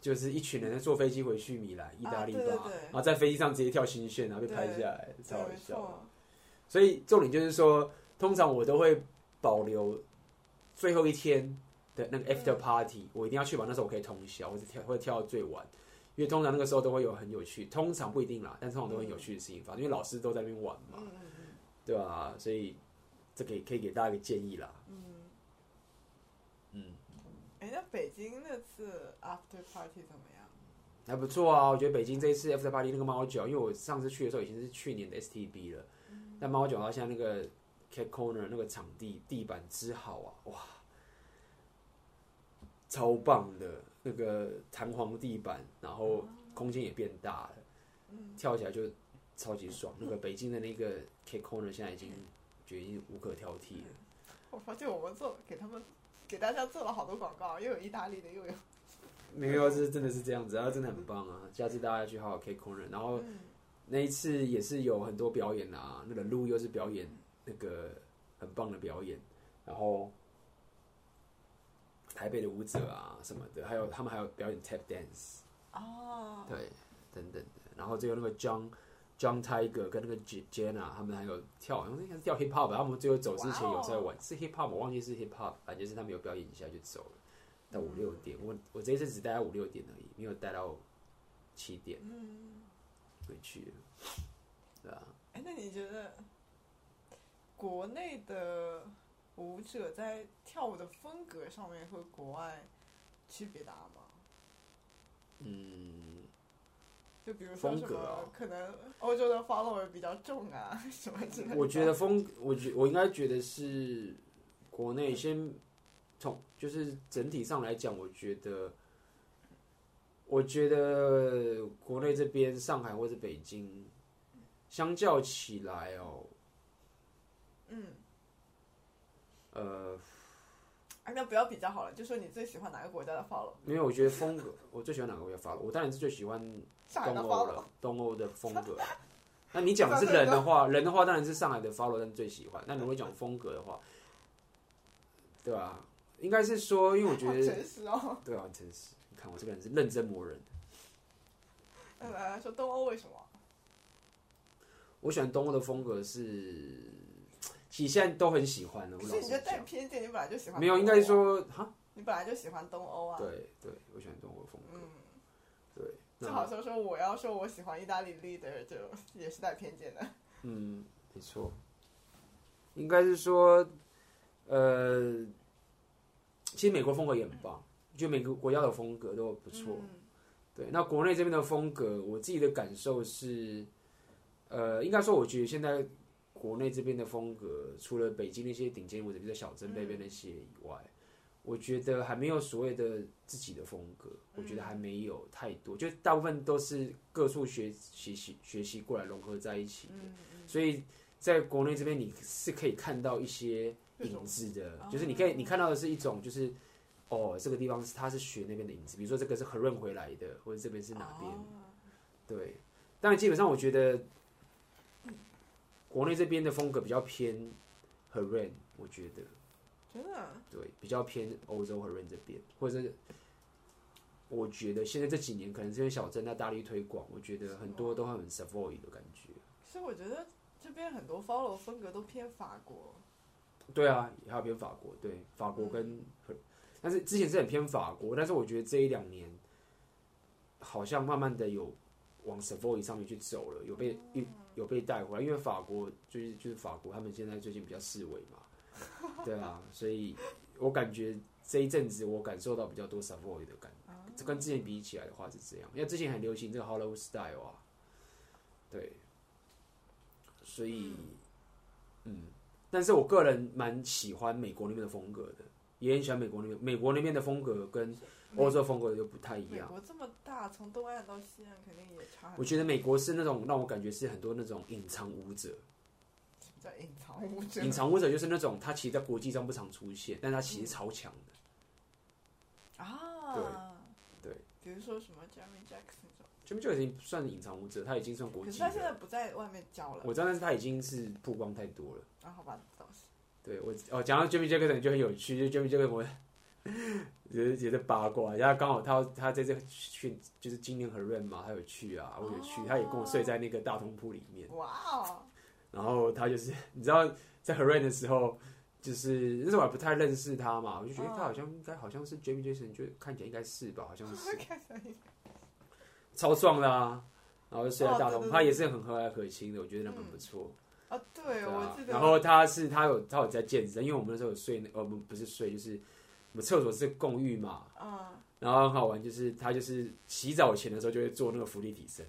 A: 就是一群人坐飞机回去米兰，意大利吧，
B: 啊对对对
A: 然后在飞机上直接跳心炫，然后被拍
B: 对
A: 下来，超
B: 对，
A: 好
B: 没
A: 笑的。
B: 错，
A: 所以重点就是说，通常我都会保留最后一天的那个 after party，、我一定要确保那时候我可以通宵，或者跳或者跳到最晚，因为通常那个时候都会有很有趣，通常不一定啦，但通常都会有趣的事情发生，因为老师都在那边玩嘛，
B: 嗯嗯嗯
A: 对吧、所以这个也可以给大家一个建议啦。
B: 嗯。
A: 嗯，
B: 哎，那北京那次 after party 怎么样？
A: 还不错啊，我觉得北京这一次 after party 那个猫脚，因为我上次去的时候已经是去年的 STB 了，但猫脚它现在那个 Cat Corner 那个场地地板之好啊，哇，超棒的那个弹簧地板，然后空间也变大了，跳起来就超级爽。那个北京的那个 Cat Corner 现在已经觉得已经无可挑剔了。
B: 我发现我们做给他们给大家做了好多广告，又有意大利的，又有
A: 没有，是真的是这样子，然后真的很棒啊！下次大家去好好 K 空人，然后那一次也是有很多表演啊，那个路又是表演那个很棒的表演，然后台北的舞者啊什么的，还有他们还有表演 tap dance，
B: 哦，
A: 对，等等的，然后最后那个 John John Tiger 跟那个 J- Jenna 他们还有跳，应该是跳 hip hop 吧，他们最后走之前有在玩，是 hip hop，我忘记是 hip hop，反正就是他们有表演一下就走了，到五六点，我我这一次只待到五六点而已，没有待到七点
B: 嗯，
A: 回去了，对啊，
B: 哎，那你觉得国内的舞者在跳舞的风格上面和国外区别大吗？
A: 嗯，
B: 就比如说
A: 风
B: 什
A: 格
B: 么
A: 啊，
B: 可能欧洲的 follower 比较重啊， 什么之类的。
A: 我觉得风，我觉我应该觉得是国内先从就是整体上来讲，我觉得，我觉得国内这边上海或者北京，相较起来哦，
B: 嗯，
A: 呃，
B: 啊，那不要比较好了，就说你最喜欢哪个国家的 follow，
A: 因为我觉得风格，我最喜欢哪个国家 follow？我当然是最喜欢
B: 上海
A: 东
B: 的
A: 欧
B: follow，
A: 了，东欧的风格。那你讲的是人的话，人的话当然是上海的 follow 但最喜欢。那如果讲风格的话，对吧、应该是说，因为我觉
B: 好
A: 得
B: 诚实哦。
A: 对啊，真是，你看我这个人是认真磨人。
B: 那来来说东欧为什么？
A: 我喜欢东欧的风格是，其实现在都很喜欢了。
B: 可
A: 我
B: 是
A: 老
B: 你
A: 实
B: 这带
A: 讲，
B: 偏见，你本来就喜欢
A: 没有，
B: 东欧
A: 应该
B: 啊
A: 是说哈，
B: 你本来就喜欢东欧啊。
A: 对对，我喜欢东欧的风格。
B: 嗯，
A: 对，
B: 就
A: 那
B: 好像说我要说我喜欢意大利 leader，就也是带偏见的。
A: 嗯，没错，应该是说，呃，其实美国风格也很棒，就每个国家的风格都不错。
B: 嗯
A: 对，那国内这边的风格，我自己的感受是，呃，应该说，我觉得现在国内这边的风格，除了北京那些顶尖或者比如说小镇贝贝那些以外，我觉得还没有所谓的自己的风格，我觉得还没有太多，就大部分都是各处学习习学习过来融合在一起
B: 嗯
A: 的，所以在国内这边你是可以看到一些影子的，就是你可以你看到的是一种就是。哦，这个地方是它是学那边的影子，比如说这个是何润回来的，或者这边是哪边？
B: 哦
A: 对，但基本上我觉得国内这边的风格比较偏 h e r e n 我觉得
B: 真的啊，
A: 对，比较偏欧洲 h e r e n 这边，或者是我觉得现在这几年可能这边小镇在啊大力推广，我觉得很多都很 Savoy 的感觉。
B: 其实我觉得这边很多 follow 风格都偏法国。
A: 对啊，还有偏法国，对，法国跟、但是之前是很偏法国，但是我觉得这一两年好像慢慢的有往 Savoy 上面去走了，有被、有有被带回来，因为法国就是就是法国，他们现在最近比较示威嘛，对啊，所以我感觉这一阵子我感受到比较多 Savoy 的感
B: 哦
A: 觉，跟之前比起来的话是这样，因为之前很流行这个 Hollow Style 啊，对，所以嗯但是我个人蛮喜欢美国那边的风格的，也很喜欢美国那边。美国那边的风格跟欧洲风格又不太一
B: 美
A: 样。
B: 国这么大，从东岸到西岸肯定也差很
A: 我
B: 多。
A: 觉得美国是那种让我感觉是很多那种隐藏舞 者，
B: 叫隐藏物质。
A: 隐藏舞者就是那种他其实在国际上不常出现，但他其实
B: 嗯
A: 超强的。
B: 啊，
A: 对，
B: 比如说什么 Jeremy Jackson 这种，
A: Jimmy Joe 已经算是隐藏舞者，他已经算国
B: 可是
A: 际
B: 他现在
A: 了。
B: 不在外面教了。
A: 我知道，但是他已经是曝光太多了。
B: 啊，好吧，倒是
A: 对我哦，讲到 Jimmy Jackson 就很有趣，就 Jimmy Jackson 我 也也在八卦，然后刚好他他在这去就是今年和润嘛，他有去啊，我有去，他也跟我睡在那个大通铺里面，
B: 哇哦，
A: 然后他就是 你知道在和润的时候。就是那时候我还不太认识他嘛，我就觉得
B: 嗯
A: 他好像应该好像是 Jimmy Jackson，就看起来应该是吧，好像 是
B: 看起来应
A: 超壮的啊，然后就睡在大
B: 哦
A: 通
B: 对对
A: 铺，
B: 对
A: 他也是很和蔼可亲的，我觉得人很不错。
B: 该啊，对，
A: 对
B: 我
A: 啊
B: 记，得。
A: 然后他是他有他有在健身，因为我们那时候有睡那呃不不是睡就是我们厕所是共浴嘛，
B: 嗯，
A: 然后很好玩，就是他就是洗澡前的时候就会做那个浮力提 升，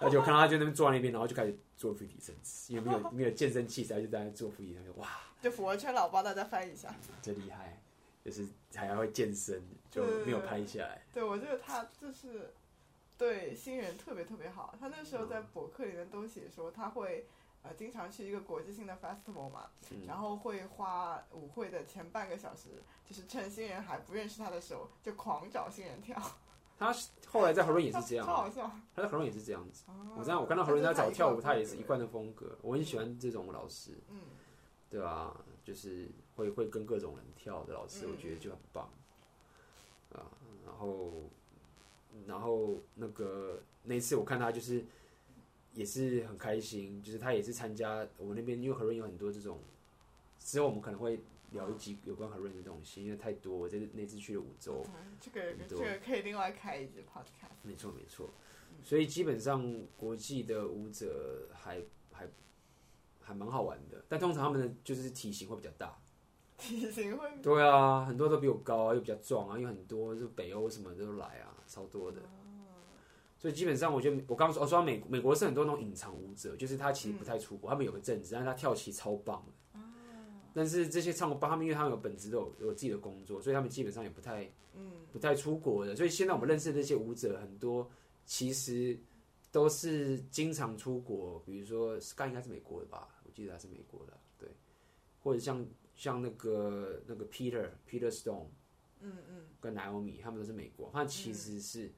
A: 然后就看到他就那边坐在那边，然后就开始做浮力提升，因为没 有没有健身器材就在那做浮力，然后就哇
B: 就俯卧撑老帮大家翻译一下。
A: 真厉害，就是还会健身就没有拍下来，
B: 对，我觉得他就是对新人特别特别好。他那时候在
A: 嗯
B: 博客里面都写说他会。呃，经常去一个国际性的 festival 嘛，
A: 嗯
B: 然后会花舞会的前半个小时，就是趁新人还不认识他的时候，就狂找新人跳。
A: 他是后来在何润也是这样
B: 超好
A: 啊，
B: 笑。
A: 他在何润也是这样子，
B: 哦
A: 我知道我看到何润在找跳舞，他
B: 他就
A: 也
B: 是
A: 是
B: 他
A: 一
B: 一
A: 贯
B: 贯
A: 的风格，我很喜欢这种老师。
B: 嗯，
A: 对啊，就是会会跟各种人跳的老师，
B: 嗯
A: 我觉得就很棒啊。然后，然后那个那一次我看他就是也是很开心，就是他也是参加我们那边，因为何润有很多这种，之后我们可能会聊一集有关何润的东西，因为太多。我在那次去了五州，
B: 这个
A: 很
B: 这
A: 多
B: 个可以另外开一集 podcast。
A: 没错没错，所以基本上国际的舞者还还还蛮好玩的，但通常他们的就是体型会比较大。
B: 体型会
A: 对啊，很多都比我高啊，又比较壮啊，有很多就北欧什么的都来啊，超多的。所以基本上，我觉得我刚说，我说到美美国是很多那种隐藏舞者，就是他其实不太出国，他们有个阵子，但是他跳棋超棒的。但是这些唱吧，他们因为他们有本职都有有自己的工作，所以他们基本上也不太
B: 嗯
A: 不太出国的。所以现在我们认识的这些舞者，很多其实都是经常出国，比如说 Sky 应该是美国的吧，我记得他是美国的，对，或者像像那个那个 Peter Peter Stone
B: 嗯嗯，
A: 跟 Naomi 他们都是美国，他们其实是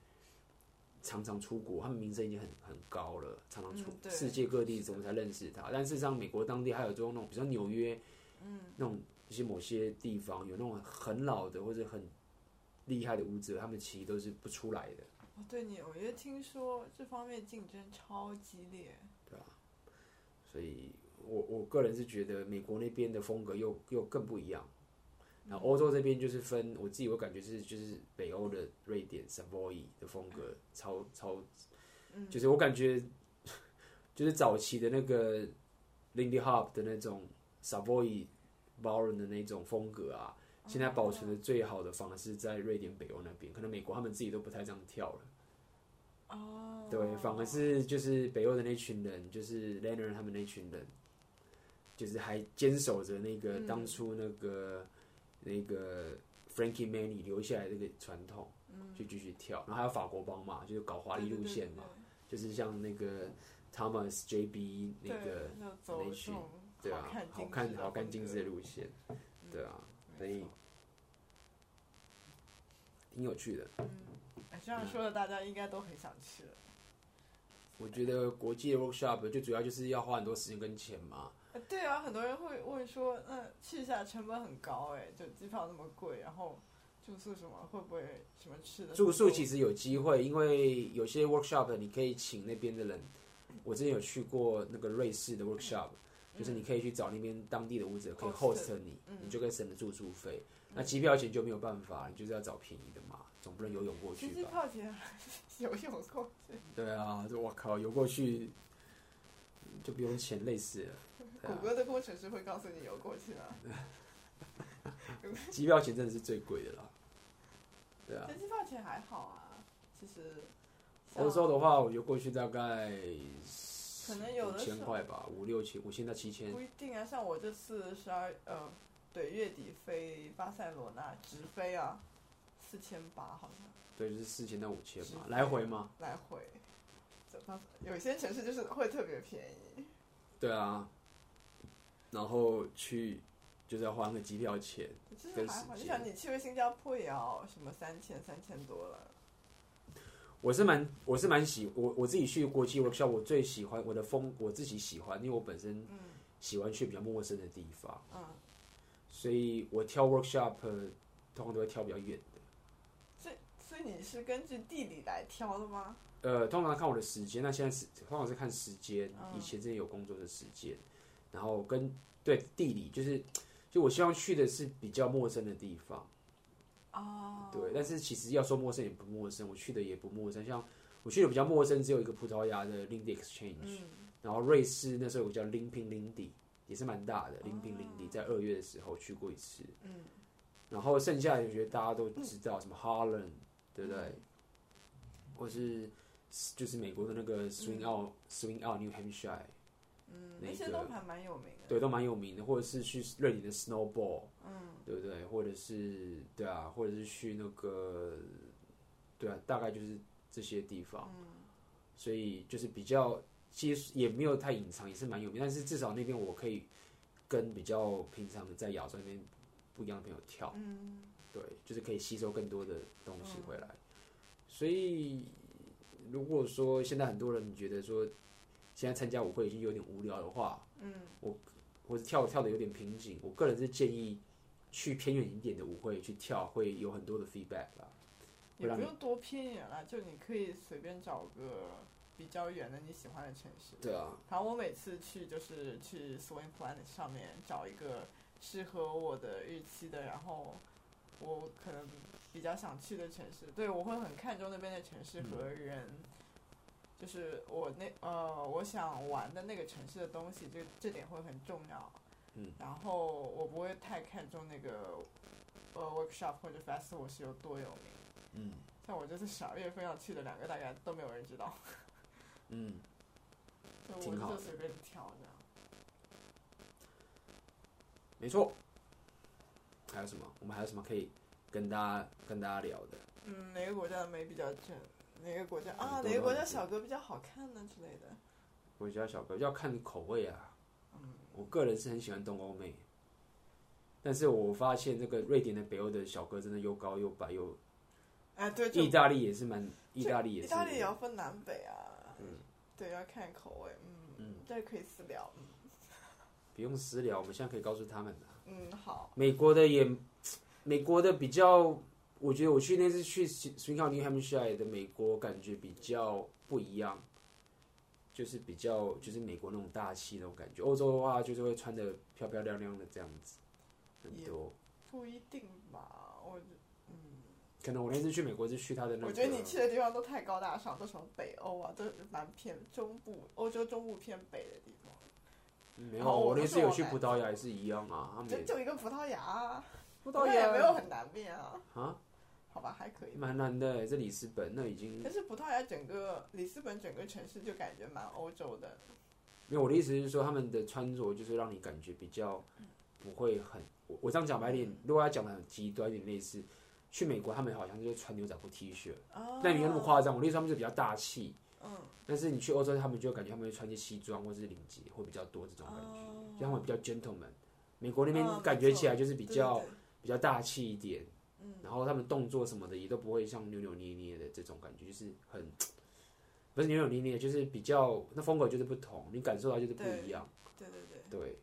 A: 常常出国，他们名声已经很很高了，常常出、
B: 嗯对
A: 世界各地，我们才认识他。但事实上，美国当地还有就那种，比如说纽约，嗯，那种一些某些地方有那种很老的或者很厉害的舞者，他们其实都是不出来的。
B: 哦，对，纽约听说这方面竞争超激烈。
A: 所以我我个人是觉得美国那边的风格又又更不一样。那欧洲这边就是分，我自己会感觉是就是北欧的瑞典 Savoy 的风格超超，
B: 嗯
A: 就是我感觉就是早期的那个 Lindy Hop 的那种 Savoy b a r o n 的那种风格啊，现在保存的最好的反而是在瑞典北欧那边，可能美国他们自己都不太这样跳了。
B: 哦，
A: 对，反而是就是北欧的那群人，就是 Leonard 他们那群人，就是还坚守着那个
B: 嗯
A: 当初那个、那个 Frankie Manny 留下来这个传统，就继续跳。然后还有法国帮嘛，就是搞华丽
B: 对对
A: 路
B: 嗯对
A: 线嘛，就是像那个 Thomas JB 那
B: 对对
A: 个，
B: 那走
A: 那
B: 这
A: 群
B: 种
A: 对啊，好
B: 好
A: 看
B: 看
A: 好看精致的
B: 路，
A: 路线，对啊，
B: 嗯
A: 所
B: 没
A: 以
B: 错
A: 挺有趣的。嗯
B: 哎这样说的大家应该都很想去了。
A: 我觉得国际的 workshop 就主要就是要花很多时间跟钱嘛，
B: 呃对啊，很多人会问说，那去一下成本很高哎，就机票那么贵，然后住宿什么会不会什么吃的？
A: 住宿其
B: 实
A: 实有机会，因为有些 workshop 你可以请那边的人。我之前有去过那个瑞士的 workshop，、就是你可以去找那边当地的舞者，可以
B: 嗯 Host
A: host 你，
B: 嗯
A: 你就可以省得住宿费。那机票钱就没有办法，你就是要找便宜的嘛，总不能游泳过
B: 吃
A: 去
B: 机
A: 吧？
B: 票钱 游泳过去，
A: 对啊，这我靠，游过去就不用钱，累死了。对
B: 谷
A: 啊，
B: 歌的工程师会告诉你游过去的。
A: 机票钱真的是最贵的啦。对啊
B: 但，机票钱还好啊，其实像
A: 欧洲的话，我游过去大概
B: 可能有
A: 五
B: 的时
A: 千
B: 候
A: 块吧，五六千，五千到七千
B: 不。一定啊，像我这次十二呃，对，月底飞巴塞罗那直飞啊，四千八好像
A: 对，就是四千到五千嘛，
B: 是
A: 来回吗？
B: 来回。走巴塞有些城市就是会特别便宜，
A: 对啊，然后去就是要花那个机票钱，
B: 其
A: 跟
B: 实还
A: 时
B: 好。你
A: 间
B: 想，你去个新加坡也要什么三千、三千多了。
A: 我是蛮我是蛮喜我我自己去国际 workshop，我最喜欢我的风我自己喜欢，因为我本身
B: 嗯
A: 喜欢去比较陌生的地方，
B: 嗯，
A: 所以我挑 workshop 呃通常都会挑比较远的。
B: 所以所以你是根据地理来挑的吗？
A: 呃，通常看我的时间，那现在是通常是看时间，哦
B: 嗯
A: 以前真的有工作的时间，然后跟对地理就是，就我希望去的是比较陌生的地方。
B: 啊，
A: 对，但是其实要说陌生也不陌生，我去的也不陌生。像我去的比较陌生，只有一个葡萄牙的 Lindy Exchange，、
B: 嗯
A: 然后瑞士那时候有个叫 Limping Lindy，也是蛮大的 Limping Lindy，在二月的时候去过一次。
B: 嗯，
A: 然后剩下的我觉得大家都知道，什么 Harlem，对不对？或是就是美国的那个 Swing Out、Swing Out New Hampshire，
B: 嗯，
A: 那
B: 那些
A: 个
B: 都还蛮有名的。
A: 对，都蛮有名的。或者是去瑞典的 Snowball，
B: 嗯
A: 对不对？或者是对啊，或者是去那个，对啊，大概就是这些地方，
B: 嗯
A: 所以就是比较，其实也没有太隐藏，也是蛮有名，但是至少那边我可以跟比较平常的在亚洲那边不一样的朋友跳，
B: 嗯，
A: 对，就是可以吸收更多的东西回来。所以如果说现在很多人觉得说现在参加舞会已经有点无聊的话，
B: 嗯，
A: 或者跳跳的有点瓶颈，我个人是建议去偏远一点的舞会去跳，会有很多的 feedback 啦。会
B: 也
A: 让
B: 不
A: 你
B: 用多偏远了，就你可以随便找个比较远的你喜欢的城市。
A: 对啊，
B: 反正我每次去就是去 Swing Planet 上面找一个适合我的日期的，然后我可能比较想去的城市。对，我会很看重那边的城市和人，就是我那呃我想玩的那个城市的东西，这这点会很重要。
A: 嗯，
B: 然后我不会太看重那个呃 workshop 或者 festival 是有多有名。
A: 嗯
B: 像我这次十二月份要去的两个，大概都没有人 知道，
A: 嗯，
B: 所以
A: 挺好
B: 我
A: 的
B: 就随便挑这样。
A: 没错。还有什么？我们还有什么可以跟大家跟大家聊的？
B: 嗯，哪个国家的美比较正？哪个国家啊？
A: 很多
B: 哪个
A: 嗯
B: 国
A: 都
B: 家
A: 很
B: 小哥比较好看呢之类的？
A: 我觉得小哥要看口味啊。
B: 嗯
A: 我个人是很喜欢东欧妹，但是我发现那个瑞典的北欧的小哥真的又高又白又，
B: 哎，对，这
A: 意大利也是蛮，
B: 这
A: 意大利也
B: 意
A: 是，
B: 大利也要分南北啊，
A: 嗯，
B: 对，要看口味，嗯，
A: 嗯
B: 这可以私聊，嗯
A: 不用私聊，我们现在可以告诉他们的。
B: 嗯，好，
A: 美国的也，美国的比较，我觉得我去那次去 Springfield New Hampshire 的美国，感觉比较不一样，就是比较就是美国那种大气那种感觉。欧洲的话就是会穿的漂漂亮亮的这样子，很多。
B: 不一定吧，我嗯
A: 可能我那次去美国是去他的那个，
B: 我觉得你去的地方都太高大上，都什么北欧啊，都是蛮偏中部，欧洲中部偏北的地方，
A: 没有，
B: 哦
A: 我
B: 我
A: 那
B: 是
A: 次有
B: 往
A: 去
B: 南
A: 葡萄牙也是一样啊，他们
B: 就
A: 也
B: 就一个葡萄牙啊，
A: 葡
B: 葡萄牙也没有很南边啊，
A: 啊，
B: 好吧，还可以吧。
A: 蛮难的欸，这里斯本那已经
B: 但是葡萄牙整个里斯本整个城市就感觉蛮欧洲的，
A: 没有，我的意思是说，他们的穿着就是让你感觉比较不会很……我我这样讲白一
B: 嗯
A: 点，如果要讲的很极端，有点类似去美国，他们好像就是穿牛仔裤 T 恤，
B: 哦
A: 但你没有那么夸张。我的意思，他们就比较大气，
B: 嗯，
A: 但是你去欧洲，他们就感觉他们会穿些西装或是领结，会比较多这种感觉，
B: 哦
A: 就他们比较 gentleman。美国那边
B: 嗯
A: 感觉起来就是比较、
B: 对对对
A: 比较大气一点，
B: 嗯
A: 然后他们动作什么的也都不会像扭扭捏捏的这种感觉，就是很不是扭扭捏捏，就是比较那风格就是不同，你感受到就是不一样。
B: 对对对
A: 对，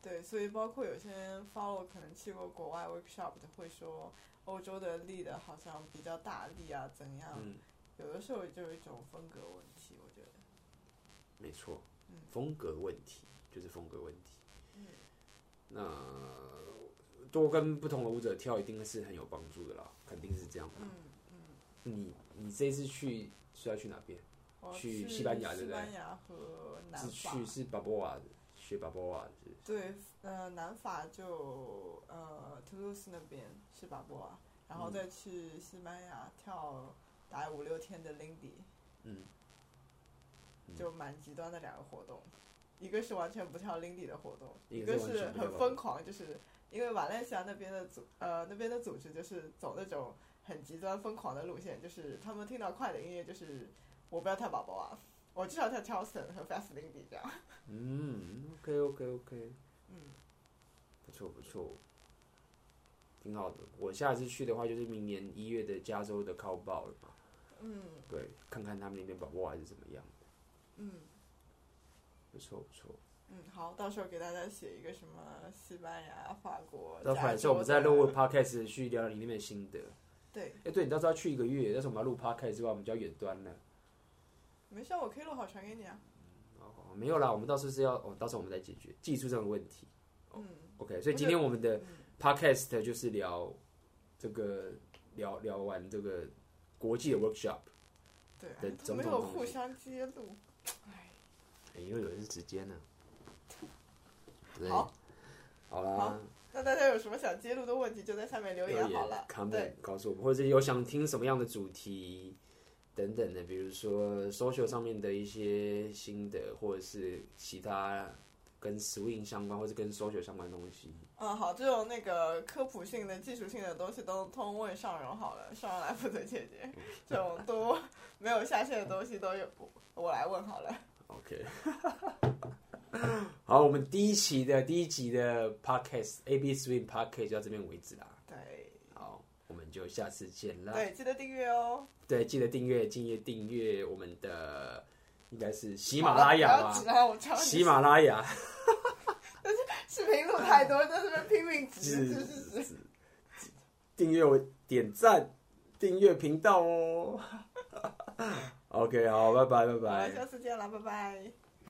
B: 对，所以包括有些人 follow 可能去过国外 workshop 的会说欧洲的力的好像比较大力啊怎样，
A: 嗯，
B: 有的时候就有一种风格问题，我觉得。
A: 没错
B: 嗯，
A: 风格问题就是风格问题。
B: 嗯
A: 那多跟不同的舞者跳，一定是很有帮助的啦，肯定是这样的。
B: 嗯
A: 你你这次去是要去哪边？
B: 我
A: 去
B: 去
A: 西班牙对
B: 西
A: 不对
B: 班牙和南
A: 是
B: 法。
A: 去是巴波瓦的，学巴波瓦的是不是
B: 对，呃，南法就呃图卢斯那边是巴波瓦，然后
A: 嗯
B: 再去西班牙跳大概五六天的 Lindy，
A: 嗯，嗯
B: 就蛮极端的两个活动，一个是完全不跳 Lindy 的活动，
A: 一
B: 一
A: 个
B: 个
A: 是完
B: 是
A: 全不跳
B: 很
A: 吧
B: 疯狂，就是因为瓦伦西亚那边的组呃那边的组织就是走那种很极端疯狂的路线，就是他们听到快的音乐就是我不要跳宝宝啊，我至少跳 Charleston 和 Fast Lindy 这样，
A: 嗯，OK OK OK，
B: 嗯
A: 不错不错，挺好的。我下次去的话，就是明年一月的加州的 c o w b o 了嘛，
B: 嗯
A: 对，看看他们那边巴波瓦是怎么样的，
B: 嗯。
A: 不错不错。
B: 嗯，好，到时候给大家写一个什么西班牙、法国、
A: 到
B: 加
A: 反
B: 州
A: 正我们在
B: 的
A: 录 podcast 去聊聊你那边的心得。
B: 对，
A: 哎、对，你到时候要去一个月，但是我们要录 podcast 之外，我们就要远端了。
B: 没事，我可以录好传给你啊。
A: 哦，没有啦，我们到时候是要，哦，到时候我们再解决技术上的问题。
B: 嗯
A: OK，所以今天我们的 podcast 就是聊这个，聊聊完这个国际的 workshop，
B: 对
A: 对
B: 啊，都
A: 种
B: 没
A: 种
B: 有
A: 东
B: 互
A: 西
B: 相揭露。哎，
A: 哎因为有人是直接呢。对，
B: 好，
A: 好啦
B: 好，那大家有什么想揭露的问题，就在下面留言好了。
A: comment
B: 对，
A: 告诉我们，或者有想听什么样的主题等等的，比如说 social 上面的一些心得，或者是其他跟 swing 相关，或者跟 social 相关的东西。
B: 嗯，好，这种那个科普性的、技术性的东西都通问尚荣好了，尚荣来负责解
A: 嗯
B: 决。这种 都没有下线的东西都有我我来问好了。
A: OK，好，我们第一期的第一集的 podcast AB swing podcast 就到这边为止啦。
B: 对
A: 好，我们就下次见啦。
B: 对，记得订阅哦。
A: 对，记得订阅，订阅订阅我们的应该是喜马拉雅
B: 好了不要
A: 吧
B: 指。啊我知道你
A: 喜马拉雅。
B: 视频录太多，在这边拼命指
A: 指
B: 指指指。
A: 订阅我点赞，订阅频道哦。OK，好，拜拜，拜
B: 好
A: 拜
B: 了，。下次见了，拜拜。